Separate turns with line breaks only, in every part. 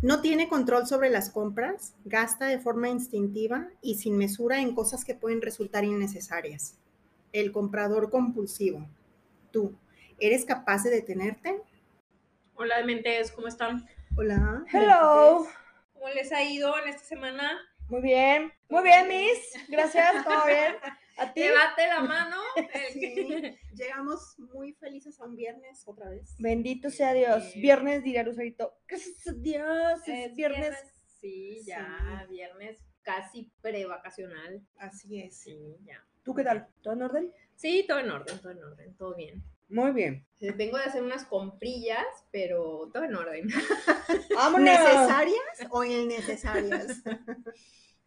No tiene control sobre las compras, gasta de forma instintiva y sin mesura en cosas que pueden resultar innecesarias. El comprador compulsivo. Tú, ¿eres capaz de detenerte?
Hola, mentes, ¿cómo están?
Hola.
Hello.
¿Cómo les ha ido en esta semana?
Muy bien. Muy bien, Miss. Gracias, todo bien. A ti.
Te bate la mano. El-
Sí, llegamos muy felices a un viernes otra vez.
Bendito sea Dios. Viernes, dirá Lucerito. Gracias a Dios. Es viernes.
Sí, ya, viernes casi prevacacional.
Así es.
Sí, ya.
¿Tú qué tal? ¿Todo en orden?
Sí, todo en orden, todo en orden, todo bien.
Muy bien.
Eh, Vengo de hacer unas comprillas, pero todo en orden.
¡Vámonos!
¿Necesarias o innecesarias?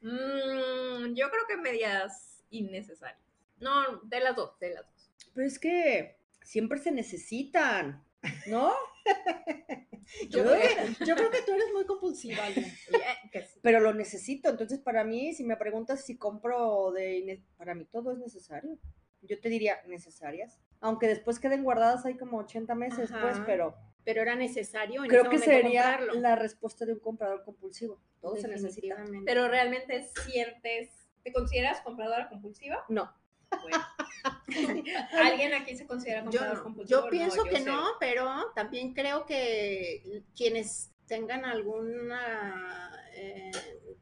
Mm, yo creo que medias innecesarias. No, de las dos, de las dos.
Pero es que siempre se necesitan, ¿no? yo, creo que, yo creo que tú eres muy compulsiva. Alma.
Y, eh, que sí.
Pero lo necesito. Entonces, para mí, si me preguntas si compro de... inne- Para mí todo es necesario. Yo te diría necesarias. Aunque después queden guardadas hay como 80 meses, pues,
Ajá.
pero
Pero era necesario en
creo
ese
que
momento
sería
comprarlo.
la respuesta de un comprador compulsivo. Todo se necesita.
Definitivamente.
Pero realmente sientes, ¿te consideras compradora compulsiva?
No.
Bueno. ¿Alguien aquí se considera
Yo,
comprador
no.
compulsivo?
yo pienso que
cero.
no, pero también creo que quienes tengan alguna eh,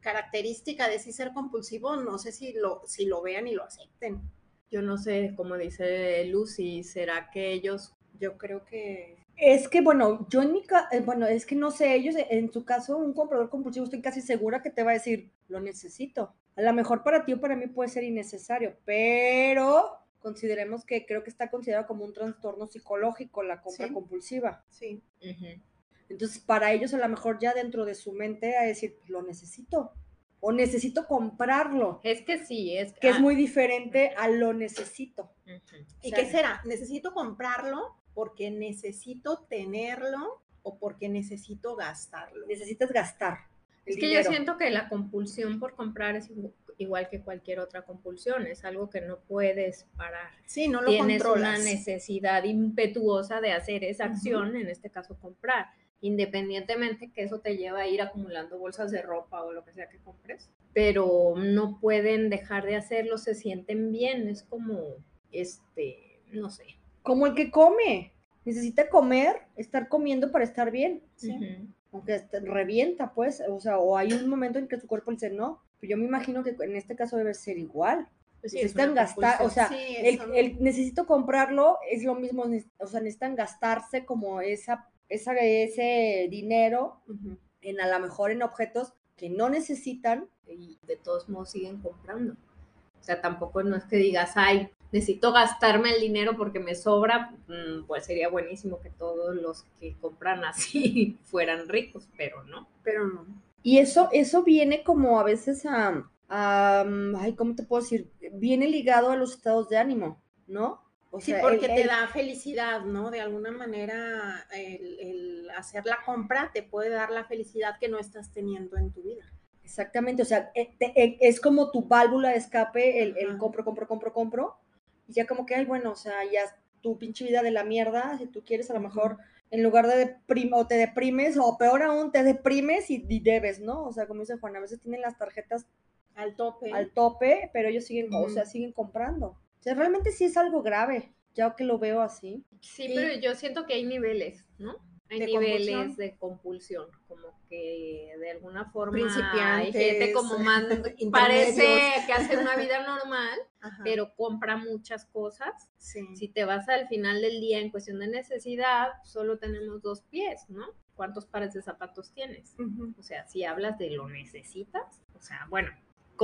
característica de sí ser compulsivo, no sé si lo, si lo vean y lo acepten.
Yo no sé, como dice Lucy, ¿será que ellos, yo creo que...
Es que, bueno, yo en mi ca- eh, bueno, es que no sé, ellos, eh, en su caso, un comprador compulsivo, estoy casi segura que te va a decir, lo necesito. A lo mejor para ti o para mí puede ser innecesario, pero consideremos que creo que está considerado como un trastorno psicológico la compra
Sí.
compulsiva.
Sí.
Entonces, para ellos a lo mejor ya dentro de su mente a decir, lo necesito o necesito comprarlo,
Es que sí, es
que
ah,
es muy diferente a lo necesito.
ujú.
¿Y
O sea,
qué será? ¿Necesito comprarlo porque necesito tenerlo o porque necesito gastarlo?
Necesitas gastar. el
Es que
dinero.
yo siento que la compulsión por comprar es igu- igual que cualquier otra compulsión, es algo que no puedes parar.
Sí, no lo
tienes
controlas.
una necesidad impetuosa de hacer esa
Ujú.
acción, en este caso comprar, independientemente que eso te lleva a ir acumulando bolsas de ropa o lo que sea que compres, pero no pueden dejar de hacerlo, se sienten bien, es como, este, no sé.
Como el que come. Necesita comer, estar comiendo para estar bien.
Sí.
Ujú.
Aunque hasta revienta, pues. O sea, o hay un momento en que su cuerpo dice no. Pero yo me imagino que en este caso debe ser igual.
Pues sí, es
necesitan
una
gastar, o
compulsión.
sea,
Sí,
el,
eso no-
el necesito comprarlo es lo mismo. ne- O sea, necesitan gastarse como esa, esa, ese dinero
Ujú.
en a lo mejor en objetos que no necesitan.
y de todos modos siguen comprando. O sea, tampoco no es que digas, ay, necesito gastarme el dinero porque me sobra, Mm, pues sería buenísimo que todos los que compran así fueran ricos, pero no.
Pero no.
Y eso, eso viene como a veces a, a, mm, ay, ¿cómo te puedo decir? Viene ligado a los estados de ánimo, ¿no? O
Sí,
sea, el-
porque te
el-
da felicidad, ¿no? De alguna manera el, el hacer la compra te puede dar la felicidad que no estás teniendo en tu vida.
Exactamente, o sea, e- te- e- es como tu válvula de escape, el, el
Ajá.
compro, compro, compro, compro, y ya como que, ay, bueno, o sea, ya tu pinche vida de la mierda, si tú quieres, a lo mejor, en lugar de deprim- o te deprimes, o peor aún, te deprimes y, y debes, ¿no? O sea, como dice Juan, a veces tienen las tarjetas
Al tope.
al tope, pero ellos siguen, o sea, siguen comprando. O sea, realmente sí es algo grave, ya que lo veo así.
Sí,
Sí.
pero yo siento que hay niveles, ¿no? Hay
¿De
niveles
compulsión?
de compulsión, como que de alguna forma hay
Principiantes,
gente como más,
intermedios.
parece que hace una vida normal,
Ajá,
pero compra muchas cosas
sí.
si te vas al final del día en cuestión de necesidad, solo tenemos dos pies, ¿no? cuántos pares de zapatos tienes.
Ujú.
O sea, si hablas de lo necesitas, o sea, bueno,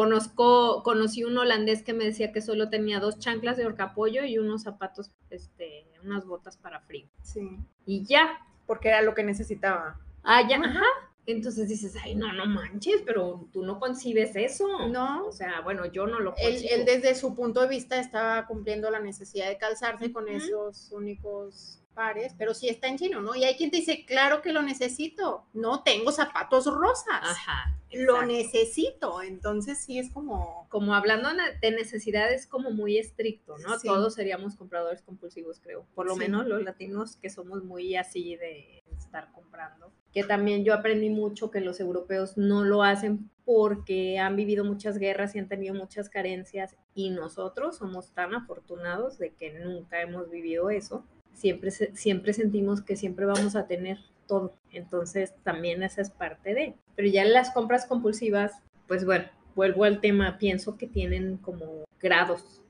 conozco, conocí un holandés que me decía que solo tenía dos chanclas de horcapollo y unos zapatos, este, unas botas para frío.
Sí,
Y ya,
porque era lo que necesitaba.
ah, ya, ajá. Entonces dices, ay, no, no manches, pero tú no concibes eso.
No,
O sea, bueno, yo no lo
él,
concibo.
él desde su punto de vista estaba cumpliendo la necesidad de calzarse con
Ujú.
esos únicos pares, pero sí está en chino, ¿no? Y hay quien te dice, claro que lo necesito, no tengo zapatos rosas,
Ajá.
lo
exacto.
necesito, entonces sí es como,
como hablando ne- de necesidades como muy estricto, ¿no?
Sí.
Todos seríamos compradores compulsivos, creo. Por lo
Sí.
menos los latinos que somos muy así de estar comprando. Que también yo aprendí mucho que los europeos no lo hacen porque han vivido muchas guerras y han tenido muchas carencias y nosotros somos tan afortunados de que nunca hemos vivido eso. Siempre, se- siempre sentimos que siempre vamos a tener todo. Entonces también esa es parte de. Pero ya las compras compulsivas, pues bueno, vuelvo al tema, pienso que tienen como grados,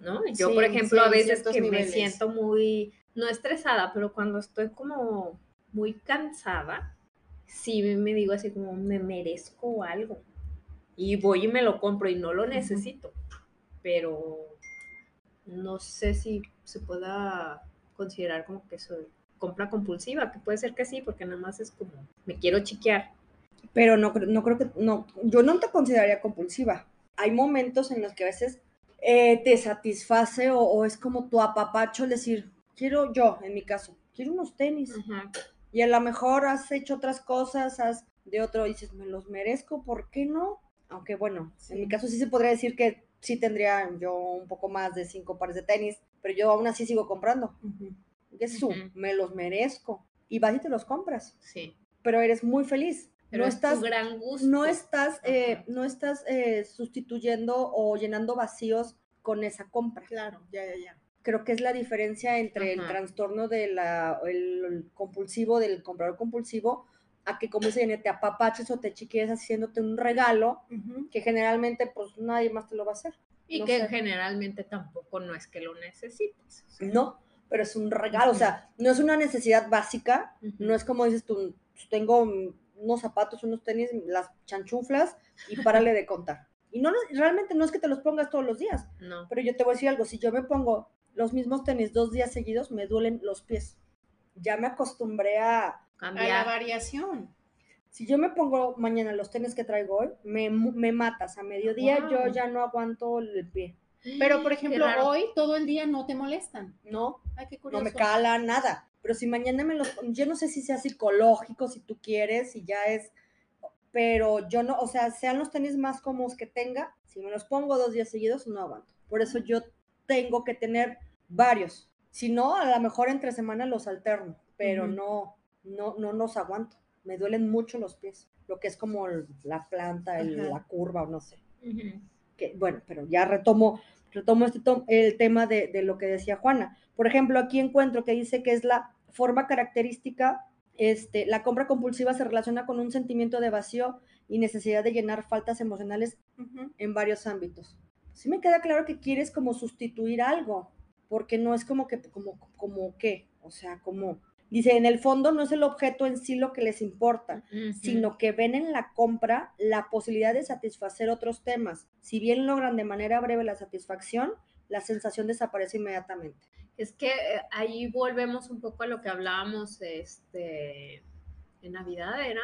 ¿no? Yo,
Sí,
por
sí,
ejemplo, a
hay
veces
ciertos
que me
niveles.
siento muy, no estresada, pero cuando estoy como muy cansada, sí me digo así como, me merezco algo. Y voy y me lo compro y no lo necesito, pero no sé si se pueda considerar como que soy compra compulsiva, que puede ser que sí, porque nada más es como, me quiero chiquear.
Pero no, creo- no creo que, no, yo no te consideraría compulsiva. Hay momentos en los que a veces eh, te satisface o, o es como tu apapacho el decir, quiero yo, en mi caso, quiero unos tenis. Y a lo mejor has hecho otras cosas, has de otro, dices, me los merezco, ¿por qué no? Aunque bueno, en mi
Sí.
caso sí se podría decir que sí tendría yo un poco más de cinco pares de tenis, pero yo aún así sigo comprando. Es su,
Ujú.
me los merezco. Y vas y te los compras,
Sí.
pero eres muy feliz.
Pero
no
es
estás
tu gran gusto.
Pues no estás, eh,
Ajá.
no estás eh, sustituyendo o llenando vacíos con esa compra.
claro, ya, ya, ya.
Creo que es la diferencia entre el
Ajá.
trastorno de la, el, compulsivo, del comprador compulsivo, a que como se viene, te apapaches o te chiquillas haciéndote un regalo
Ujú.
que generalmente pues nadie más te lo va a hacer.
Y
no
que
sé.
generalmente tampoco no es que lo necesites. o sea,
No, pero es un regalo, o sea, no es una necesidad básica,
ujú.
No es como dices tú, tengo mm, unos zapatos, unos tenis, las chanchuflas y párale de contar. Y no, los- realmente no es que te los pongas todos los días,
No.
pero yo te voy a decir algo, si yo me pongo los mismos tenis dos días seguidos, me duelen los pies. Ya me acostumbré a...
A la
Cambiar.
variación.
Si yo me pongo mañana los tenis que traigo hoy, me, mu- me matas. A mediodía yo
Guau.
ya no aguanto el pie.
Pero, por
Qué
ejemplo,
raro.
hoy todo el día no te molestan.
No,
Ay, qué
no
curioso.
me cala nada. Pero si mañana me los, yo no sé si sea psicológico, si tú quieres, si ya es, pero yo no, o sea, sean los tenis más cómodos que tenga, si me los pongo dos días seguidos, no aguanto. Por eso yo tengo que tener varios. Si no, a lo mejor entre semana los alterno, pero
Ujú.
no, no, no los aguanto. Me duelen mucho los pies, lo que es como el- la planta, el-
Ajá.
la curva o no sé
Ujú.
que, bueno, pero ya retomo, retomo este tom- el tema de, de lo que decía Juana. Por ejemplo, aquí encuentro que dice que es la forma característica, este, la compra compulsiva se relaciona con un sentimiento de vacío y necesidad de llenar faltas emocionales
Ujú.
en varios ámbitos. Sí me queda claro que quieres como sustituir algo, porque no es como que, como, como qué, o sea, como, dice, en el fondo no es el objeto en sí lo que les importa,
Ujú.
sino que ven en la compra la posibilidad de satisfacer otros temas. Si bien logran de manera breve la satisfacción, la sensación desaparece inmediatamente.
Es que eh, ahí volvemos un poco a lo que hablábamos este, en Navidad, ¿era?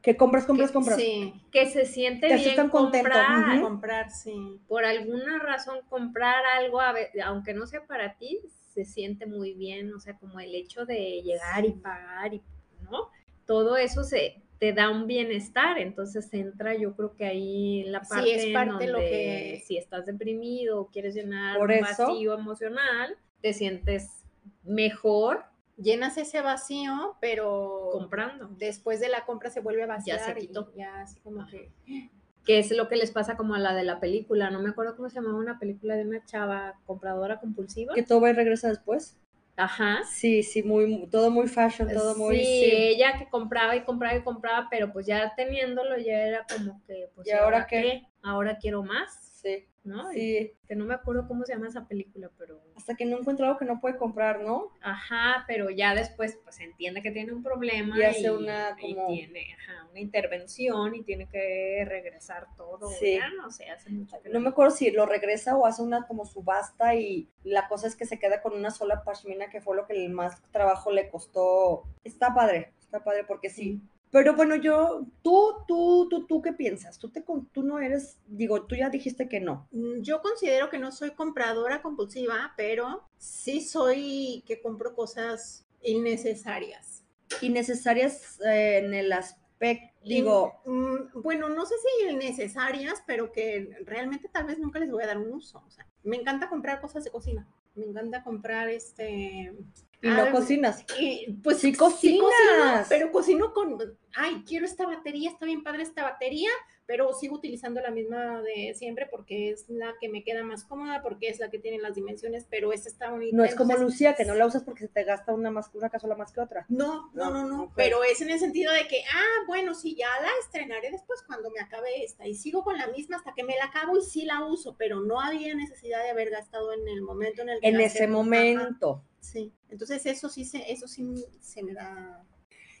Que compras, compras,
Que-
compras. ¿Mm?
Sí,
Que se siente
Te haces
bien
tan contento,
comprar.
ujú.
comprar, sí.
Por alguna razón, comprar algo, a ve- aunque no sea para ti, se siente muy bien. O sea, como el hecho de llegar y pagar y, ¿no? Todo eso se te da un bienestar, entonces entra yo creo que ahí la
Sí,
parte,
es
en
parte lo
donde
que-
si estás deprimido o quieres llenar
Por
un
eso-
vacío emocional, te sientes mejor
Llenas ese vacío, pero
comprando.
después de la compra se vuelve a vaciar.
se
y
quitó.
ya así como que...
que es lo que les pasa como a la de la película, no me acuerdo cómo se llamaba una película de una chava compradora compulsiva.
Que todo va y regresa después.
Ajá.
Sí, sí, muy, muy- todo muy fashion, todo muy...
sí,
sí.
ella que compraba y compraba y compraba, pero pues ya teniéndolo ya era como que, pues
¿Y ahora qué?
Ahora quiero más.
Sí.
¿no?
Sí.
Que no me acuerdo cómo se llama esa película, pero...
Hasta que no encuentra algo que no puede comprar, ¿no?
Ajá, pero ya después pues entiende que tiene un problema
Y hace una
y
como-
tiene ajá, una intervención y tiene que regresar todo.
Sí.
Ya no sé, hace mucho que
No me acuerdo si lo regresa o hace una como subasta y la cosa es que se queda con una sola pashmina que fue lo que el más trabajo le costó. Está padre, está padre porque sí. Pero bueno, yo, tú, tú, tú, tú, ¿qué piensas? Tú, te, con- tú no eres, digo, tú ya dijiste que no.
Mm, Yo considero que no soy compradora compulsiva, pero sí soy que compro cosas innecesarias.
Innecesarias eh, en el aspecto,
In-
digo,
mm, bueno, no sé si innecesarias, pero que realmente tal vez nunca les voy a dar un uso. O sea, me encanta comprar cosas de cocina. Me encanta comprar este.
y no
algo-
cocinas.
y, pues
Sí
cocino,
cocinas.
pero cocino con. Ay, quiero esta batería, está bien padre esta batería, pero sigo utilizando la misma de siempre porque es la que me queda más cómoda, porque es la que tiene las dimensiones, pero esta está bonita.
No es como
entonces-
Lucía, que no la usas porque se te gasta una, más, una cazuela más que otra.
No, no, no, no,
ok.
pero es en el sentido de que, ah, bueno, sí, ya la estrenaré después cuando me acabe esta y sigo con la misma hasta que me la acabo y sí la uso, pero no había necesidad de haber gastado en el momento en el que
En
la
ese
tengo. Ajá,
momento.
sí, entonces eso sí, se, eso sí se me da...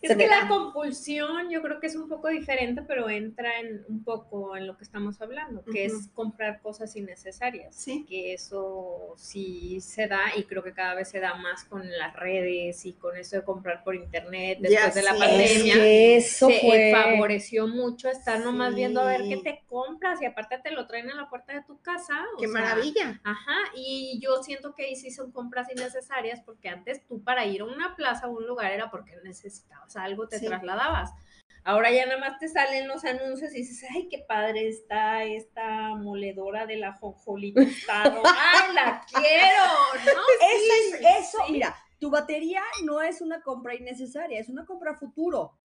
Es
Se me
que la
da.
compulsión yo creo que es un poco diferente, pero entra en un poco en lo que estamos hablando, que es
Ujú.
comprar cosas innecesarias.
Sí.
Que eso sí se da y creo que cada vez se da más con las redes y con eso de comprar por internet
Ya
después de la
sé.
Es
pandemia.
que eso
se eh,
fue.
favoreció mucho estar nomás viendo a ver qué
Sí.
te compras y aparte te lo traen a la puerta de tu casa. o
¡Qué
sea,
maravilla!
Ajá, y yo siento que ahí sí son compras innecesarias porque antes tú para ir a una plaza o un lugar era porque necesitabas algo, te
Sí.
trasladabas. Ahora ya nada más te salen los anuncios y dices, ay, qué padre está esta moledora de la jonjolita. ¡Ay, la quiero! ¿no? Sí,
Esa es- eso,
sí.
mira, tu batería no es una compra innecesaria, es una compra a futuro.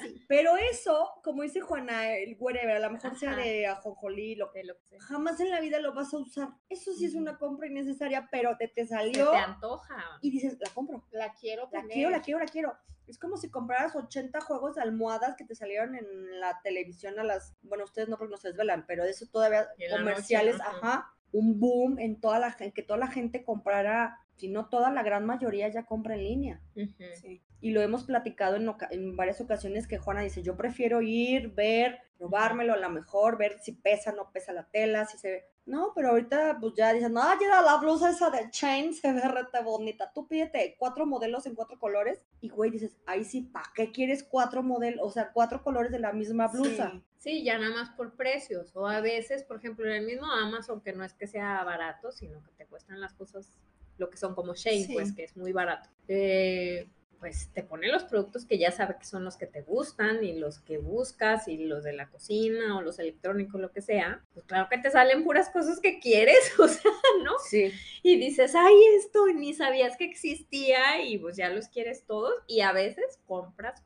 sí.
Pero eso, como dice Juana, el whatever, a lo mejor sea
Ajá.
de ajonjolí, lo que
De lo que se
jamás en la vida lo vas a usar. Eso sí es
Ujú.
una compra innecesaria, pero te, te
se
salió
te antoja.
y dices, la compro,
La quiero
la
tener.
quiero, la quiero, la quiero. Es como si compraras 80 juegos de almohadas que te salieron en la televisión a las, bueno, ustedes no porque no se desvelan, pero de eso todavía
Y en la noche,
comerciales,
ajá.
ajá, un boom en toda la gen- que toda la gente comprara, si no toda la gran mayoría ya compra en línea.
Ujú.
Sí.
y lo hemos platicado en, oca- en varias ocasiones que Juana dice, yo prefiero ir, ver, probármelo a lo mejor, ver si pesa, no pesa la tela, si se ve. No, pero ahorita pues ya dicen, no, ya la blusa esa de Chain se ve reta bonita. Tú pídete cuatro modelos en cuatro colores y güey dices, ay sí, ¿para qué quieres cuatro modelos? O sea, cuatro colores de la misma blusa.
Sí.
Sí, ya nada más por precios. O a veces, por ejemplo, en el mismo Amazon, que no es que sea barato, sino que te cuestan las cosas, lo que son como Shane,
Sí.
pues que es muy barato. Eh, pues te ponen los productos que ya sabes que son los que te gustan y los que buscas y los de la cocina o los electrónicos, lo que sea. Pues claro que te salen puras cosas que quieres, o sea, ¿no?
Sí.
y dices, ay, esto ni sabías que existía y pues ya los quieres todos y a veces compras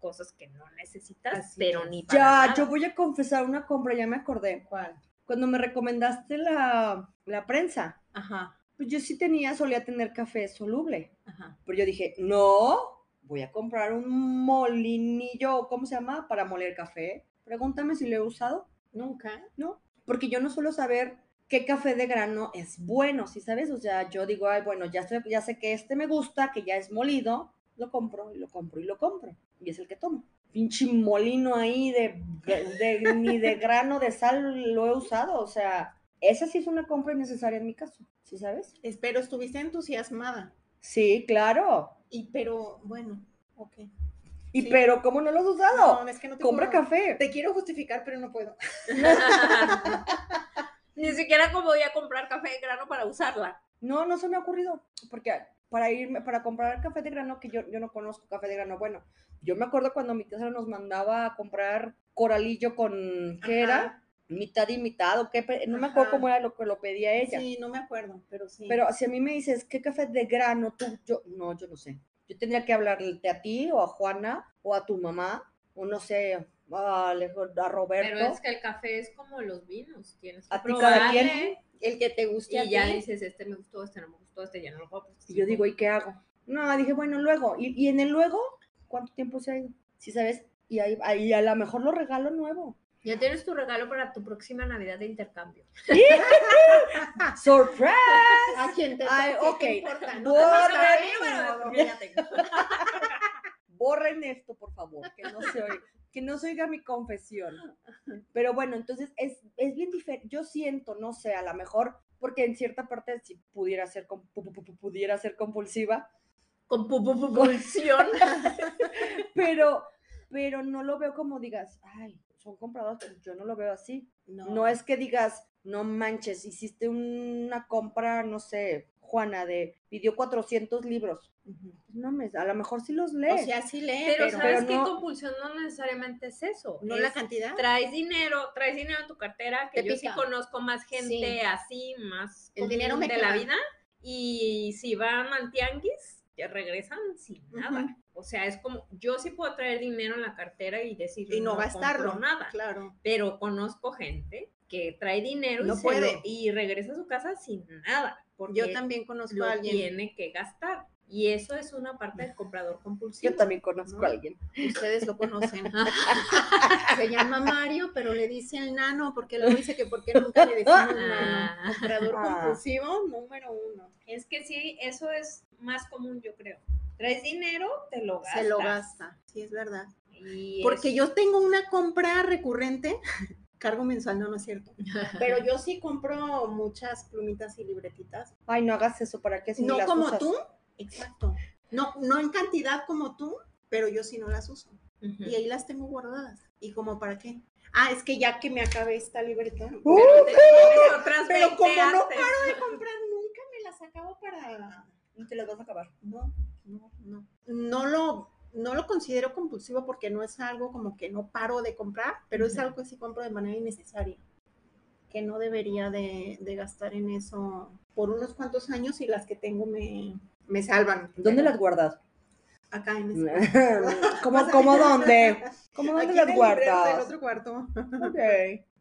cosas que no necesitas,
Así
pero
es.
ni para
Ya,
nada.
yo voy a confesar una compra, ya me acordé.
¿Cuál?
Cuando me recomendaste la, la prensa,
Ajá,
pues yo sí tenía, solía tener café soluble.
ajá.
Pero yo dije, no, voy a comprar un molinillo, ¿cómo se llama? Para moler café. Pregúntame si lo he usado,
Nunca.
¿no? Porque yo no suelo saber qué café de grano es bueno, ¿sí sabes? O sea, yo digo, ay, bueno, ya sé, ya sé que este me gusta, que ya es molido, lo compro y lo compro y lo compro. Y es el que tomo. Pinche molino ahí de, de- de- ni de grano de sal lo he usado. O sea, esa sí es una compra innecesaria en mi caso, ¿sí sabes?
Espero estuviste entusiasmada.
Sí, claro.
Y pero, bueno, ok.
Y
Sí.
pero, ¿cómo no lo has usado?
No, es que no te
Compra
puedo-
café.
Te quiero justificar, pero no puedo.
ni siquiera como voy a comprar café de grano para usarla.
No, no se me ha ocurrido. Porque para irme, para comprar café de grano, que yo, yo no conozco café de grano, bueno, yo me acuerdo cuando mi tía Sara nos mandaba a comprar coralillo con, ¿qué era?
Ajá.
Mitad y mitad, o qué, pe- no me acuerdo
Ajá.
cómo era lo que lo pedía ella.
Sí, no me acuerdo, pero sí.
Pero si a mí me dices, ¿qué café de grano tú? Yo, no, yo no sé. Yo tendría que hablarle a ti, o a Juana, o a tu mamá, o no sé, a, Alejo- a Roberto,
Pero es que el café es como los vinos, tienes que
a ti cada quien.
probarle
el que te guste a
y ya
ti.
dices, este me gustó, este no me gustó, este ya no lo puedo.
Y yo digo, ¿y qué hago? No, dije, bueno, luego. Y, y en el luego, ¿cuánto tiempo se ha ido? Si sabes, y ahí, ahí a lo mejor lo regalo nuevo.
Ya tienes tu regalo para tu próxima Navidad de intercambio.
¡Surprise!
A quien te
Ay,
toque,
ok.
¿qué importa? Ah. No te
Borra
vas a ver,
eso,
pero
no.
yo ya tengo.
Borren esto, por favor, que no se oiga, que no se oiga mi confesión. Pero bueno, entonces es, es bien diferente. Yo siento, no sé, a lo mejor, porque en cierta parte si pudiera ser, com- pu- pu- pu- pu- pudiera ser compulsiva,
Con pu- pu- pu- pulsión.
pero, pero no lo veo como digas, ay, son compradores, pero yo no lo veo así.
No,
No es que digas, no manches, hiciste una compra, no sé, Juana, de pidió 400 libros.
Ujú.
Pues, No, mames, a lo mejor sí los lee.
O sea, sí lee,
Pero,
pero,
sabes
pero
que
no-
compulsión no necesariamente es eso.
no la
es
cantidad.
traes dinero, traes dinero en tu cartera, que
Te
yo
pica.
sí conozco más gente
Sí.
así, más
El
común
dinero me
de la
quema.
vida. Y si van al tianguis, ya regresan sin
Ujú.
nada. O sea, es como, yo sí puedo traer dinero en la cartera y decir,
Y no
compro
gastarlo.
nada.
Claro.
Pero conozco gente que trae dinero
No
y, se
puede.
lo- y regresa a su casa sin nada. Porque
Yo también conozco
lo
a alguien.
tiene que gastar. Y eso es una parte del comprador compulsivo.
Yo también conozco
¿no?
a alguien.
Ustedes lo conocen. Se llama Mario, pero le dicen nano porque luego dice que porque nunca le decimos nano.
Ah,
Comprador
Ah.
compulsivo número uno.
es que sí, eso es más común, yo creo. Traes dinero, te lo gastas.
Se lo gasta. Sí, es verdad.
Y
Porque
es-
yo tengo una compra recurrente, cargo mensual, no, no es cierto. Pero yo sí compro muchas plumitas y libretitas.
Ay, no hagas eso, ¿para qué? Si ni
no
las
como
usas?
tú, exacto. No, no en cantidad como tú, pero yo sí no las uso.
Ujú.
Y ahí las tengo guardadas. ¿Y como para qué? Ah, es que ya que me acabé esta libreta,
¡Uh!
Pero te pones otras
pero
20
como no
antes.
de comprar nunca me las acabo para
No te las vas a acabar.
no no no no lo no lo considero compulsivo porque no es algo como que no paro de comprar pero es
Ujú.
algo que sí compro de manera innecesaria que no debería de, de gastar en eso por unos cuantos años y las que tengo me, me salvan
¿Dónde las guardas?
acá en ese
¿Cómo,
Pásale.
cómo dónde? ¿Cómo
Aquí
dónde
en
las
el librero del
guardas?
otro cuarto
Ok.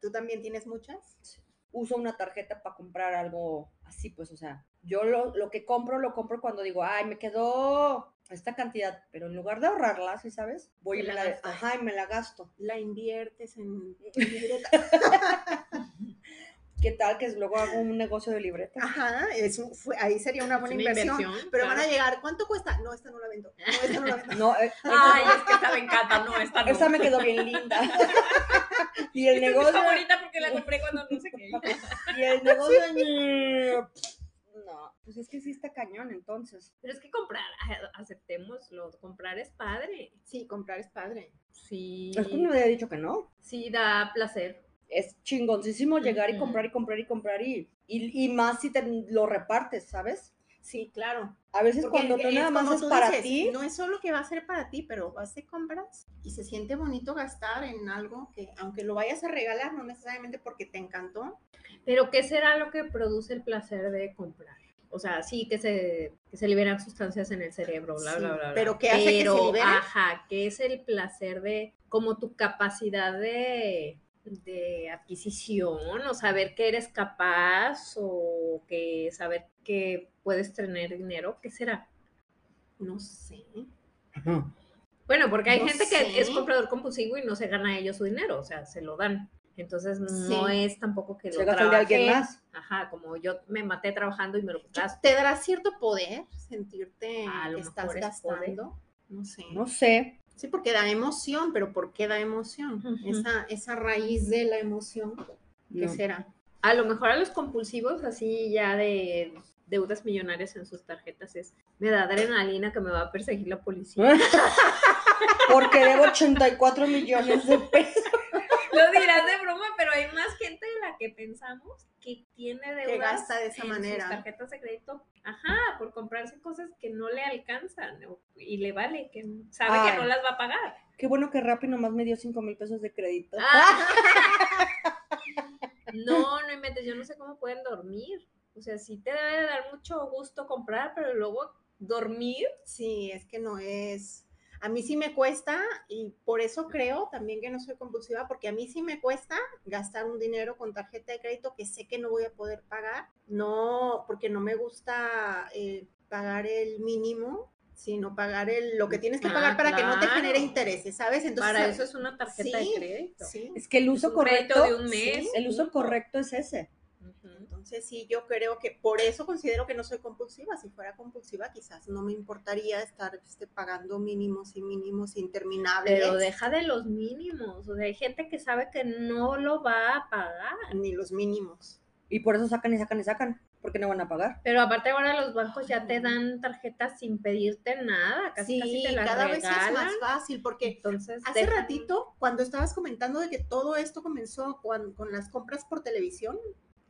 tú también tienes muchas
uso una tarjeta para comprar algo así, pues, o sea, yo lo, lo que compro, lo compro cuando digo, ay, me quedó esta cantidad, pero en lugar de ahorrarla, ¿sí sabes? Voy y
Te
me
la
la,
gastas.
ajá, y me la gasto.
la inviertes en libretas.
¿Qué tal que luego hago un negocio de libreta?
ajá es un- fue- ahí sería una buena
Es una
inversión Pero
claro.
van a llegar, ¿cuánto cuesta? No, esta no la vendo. No, esta no la vendo.
No, eh,
Ay, es que esta me encanta, no, esta no.
esa me quedó bien linda. y el
Esta
negocio,
está bonita porque la compré cuando no sé qué.
y el negocio, no, pues es que sí está cañón, entonces.
Pero es que comprar, a- aceptémoslo, comprar es padre.
Sí, comprar es padre.
Sí,
Es que no me había dicho que no.
sí da placer.
es chingoncísimo llegar y
Ujú.
comprar y comprar y comprar y, y, y más si te lo repartes, ¿sabes?
Sí, claro.
A veces
Porque
cuando tú
es
nada más
como
es
tú
para
dices,
ti,
No es solo que va a ser para ti, pero vas y compras y se siente bonito gastar en algo que, aunque lo vayas a regalar, no necesariamente porque te encantó.
Pero ¿qué será lo que produce el placer de comprar? O sea, sí, que se, que se liberan sustancias en el cerebro, bla,
Sí,
bla, bla, bla.
pero ¿qué hace que se
Pero,
liberen?
Ajá, que es el placer de, como tu capacidad de, de adquisición, o saber que eres capaz, o que saber que puedes tener dinero, ¿qué será?
No sé.
Bueno, porque hay
No
gente
sé.
que es comprador compulsivo y no se gana ellos su dinero, o sea, se lo dan. Entonces no
Sí.
es tampoco que lo
se gasta el de alguien
trabajé.
más.
Ajá, como yo me maté trabajando y me lo gasto.
Te dará cierto poder sentirte
A lo
que estás
mejor es poder.
gastando. No sé.
No sé.
Sí, porque da emoción, pero ¿por qué da emoción?
Ujú.
esa, esa raíz de la emoción, ¿qué
no.
será?
A lo mejor a los compulsivos, así ya de deudas millonarias en sus tarjetas, es me da adrenalina que me va a perseguir la policía.
Porque debo 84 millones de pesos.
lo dirás de broma, pero hay más gente de la que pensamos que tiene deudas
gasta de esa
en
manera.
sus tarjetas de crédito. Ajá, por comprarse cosas que no le alcanzan o- y le vale, que sabe
Ay.
que no las va a pagar.
Qué bueno que Rappi nomás me dio 5 mil pesos de crédito.
Ah,
Ah.
No, no inventes, yo no sé cómo pueden dormir. O sea, sí te debe de dar mucho gusto comprar, pero luego dormir.
Sí, es que no es. A mí sí me cuesta y por eso creo también que no soy compulsiva, porque a mí sí me cuesta gastar un dinero con tarjeta de crédito que sé que no voy a poder pagar. No, porque no me gusta eh, pagar el mínimo sino pagar el, lo que tienes que
Ah,
pagar para que no te
claro.
genere intereses, ¿sabes? Entonces,
Para eso es una tarjeta
sí,
de crédito.
sí.
Es que el uso
un
correcto.
crédito de un mes,
sí, el uso
punto.
correcto es ese.
Ujú.
Entonces sí, yo creo que por eso considero que no soy compulsiva. Si fuera compulsiva, quizás no me importaría estar este, pagando mínimos y mínimos interminables.
Pero deja de los mínimos. O sea, hay gente que sabe que no lo va a pagar.
Ni los mínimos.
Y por eso sacan y sacan y sacan. Porque no van a pagar.
Pero aparte ahora los bancos ya te dan tarjetas sin pedirte nada. Casi, casi te las
cada vez es
regalan.
más fácil porque
Entonces,
hace
dejan-
ratito, cuando estabas comentando de que todo esto comenzó cuan- con, las compras por televisión,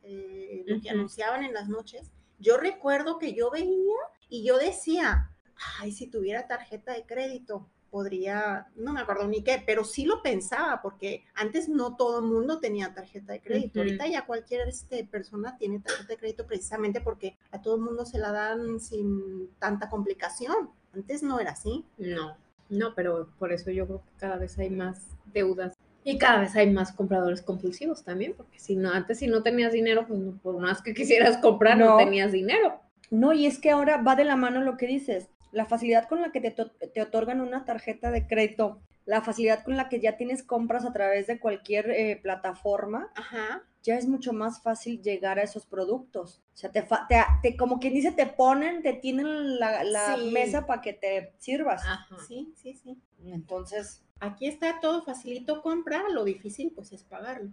eh, lo que
Ujú.
anunciaban en las noches, yo recuerdo que yo veía y yo decía, ay, si tuviera tarjeta de crédito, podría, no me acuerdo ni qué, pero sí lo pensaba porque antes no todo el mundo tenía tarjeta de crédito.
Ujú.
Ahorita ya cualquier este, persona tiene tarjeta de crédito precisamente porque a todo el mundo se la dan sin tanta complicación. Antes no era así.
No, no, pero por eso yo creo que cada vez hay más deudas y cada vez hay más compradores compulsivos también, porque si no, antes si no tenías dinero, pues no, por más que quisieras comprar, no,
No.
tenías dinero.
No, y es que ahora va de la mano lo que dices. La facilidad con la que te, to- te otorgan una tarjeta de crédito, la facilidad con la que ya tienes compras a través de cualquier eh, plataforma,
Ajá.
ya es mucho más fácil llegar a esos productos. O sea, te, fa- te, te- como quien dice, te ponen, te tienen la, la
Sí.
mesa para que te sirvas.
Ajá.
Sí, sí, sí.
Entonces,
Aquí está todo facilito compra, lo difícil pues es pagarlo.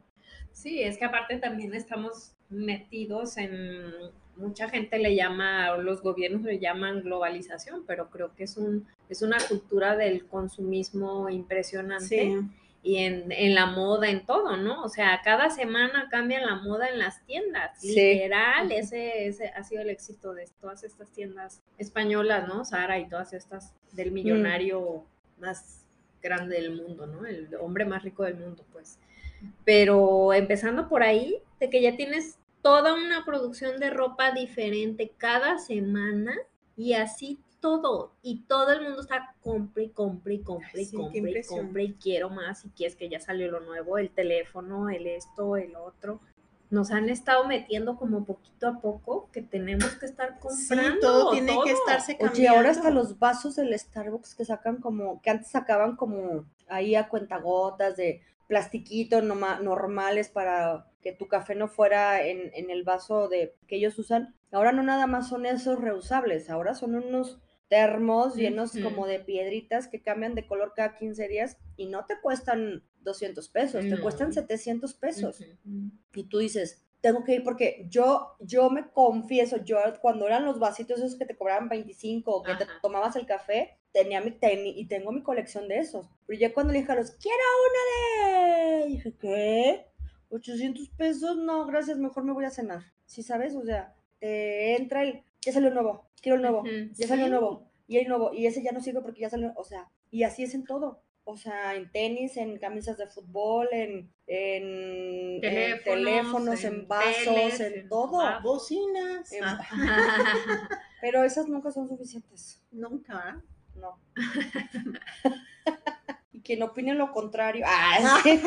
Sí, es que aparte también estamos metidos en, mucha gente le llama, o los gobiernos le llaman globalización, pero creo que es, un, es una cultura del consumismo impresionante. y en, en la moda, en todo, ¿no? O sea, cada semana cambia la moda en las tiendas.
Sí.
Literal,
Ujú.
ese, ese ha sido el éxito de todas estas tiendas españolas, ¿no? Sara y todas estas del millonario más grande del mundo, ¿no? El hombre más rico del mundo, pues. Pero empezando por ahí, de que ya tienes toda una producción de ropa diferente cada semana y así todo. Y todo el mundo está compre, y compre, y compre,
Ay,
y
sí, qué
compre, y
impresión.
compre, y quiero más, y quieres que ya salió lo nuevo, el teléfono, el esto, el otro. Nos han estado metiendo como poquito a poco que tenemos que estar comprando.
Sí, todo tiene que
todo.
estarse cambiando.
oye, ahora hasta los vasos del Starbucks que sacan como, que antes sacaban como ahí a cuentagotas de plastiquito noma- normales para que tu café no fuera en, en el vaso de que ellos usan. Ahora no nada más son esos reusables, ahora son unos termos llenos
Ujú.
como de piedritas que cambian de color cada 15 días y no te cuestan 200 pesos, te
No.
cuestan 700 pesos.
Ujú.
y tú dices, tengo que ir porque yo, yo me confieso, yo cuando eran los vasitos esos que te cobraban 25 o que te
Ajá.
tomabas el café, tenía mi tenis y tengo mi colección de esos. Pero ya cuando le dije a los, quiero uno de... Dije, ¿qué? 800 pesos, no, gracias, mejor me voy a cenar. Sí, ¿sabes? O sea, te entra el, ya salió el nuevo, quiero el nuevo,
Ujú,
ya salió el
sí.
nuevo, y el nuevo, y ese ya no sirve porque ya salió, o sea, y así es en todo. O sea, en tenis, en camisas de fútbol, en, en, en
Teléfonos,
teléfonos, en,
en
vasos,
teles,
en,
en
todo.
vasos.
bocinas.
Eh,
Ah,
Pero esas nunca son suficientes.
nunca. ¿verdad?
No. y quien opine lo contrario. Ah, sí.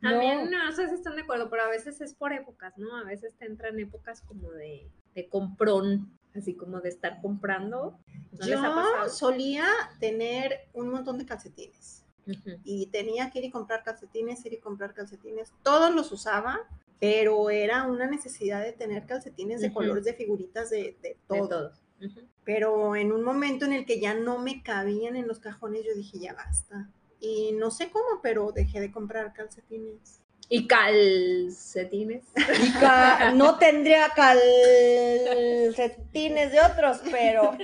No.
También, no, no sé si están de acuerdo, pero a veces es por épocas, ¿no? A veces te entran épocas como de, de comprón, así como de estar comprando. ¿No les ha
Yo
pasado?
solía tener un montón de calcetines
Ujú.
y tenía que ir y comprar calcetines, ir y comprar calcetines. Todos los usaba, pero era una necesidad de tener calcetines de
Ujú.
colores, de figuritas, de, de
De
todo.
todos. Ujú.
pero en un momento en el que ya no me cabían en los cajones, yo dije, ya basta. Y no sé cómo, pero dejé de comprar calcetines.
Y calcetines.
Y ca- no tendría calcetines de otros, pero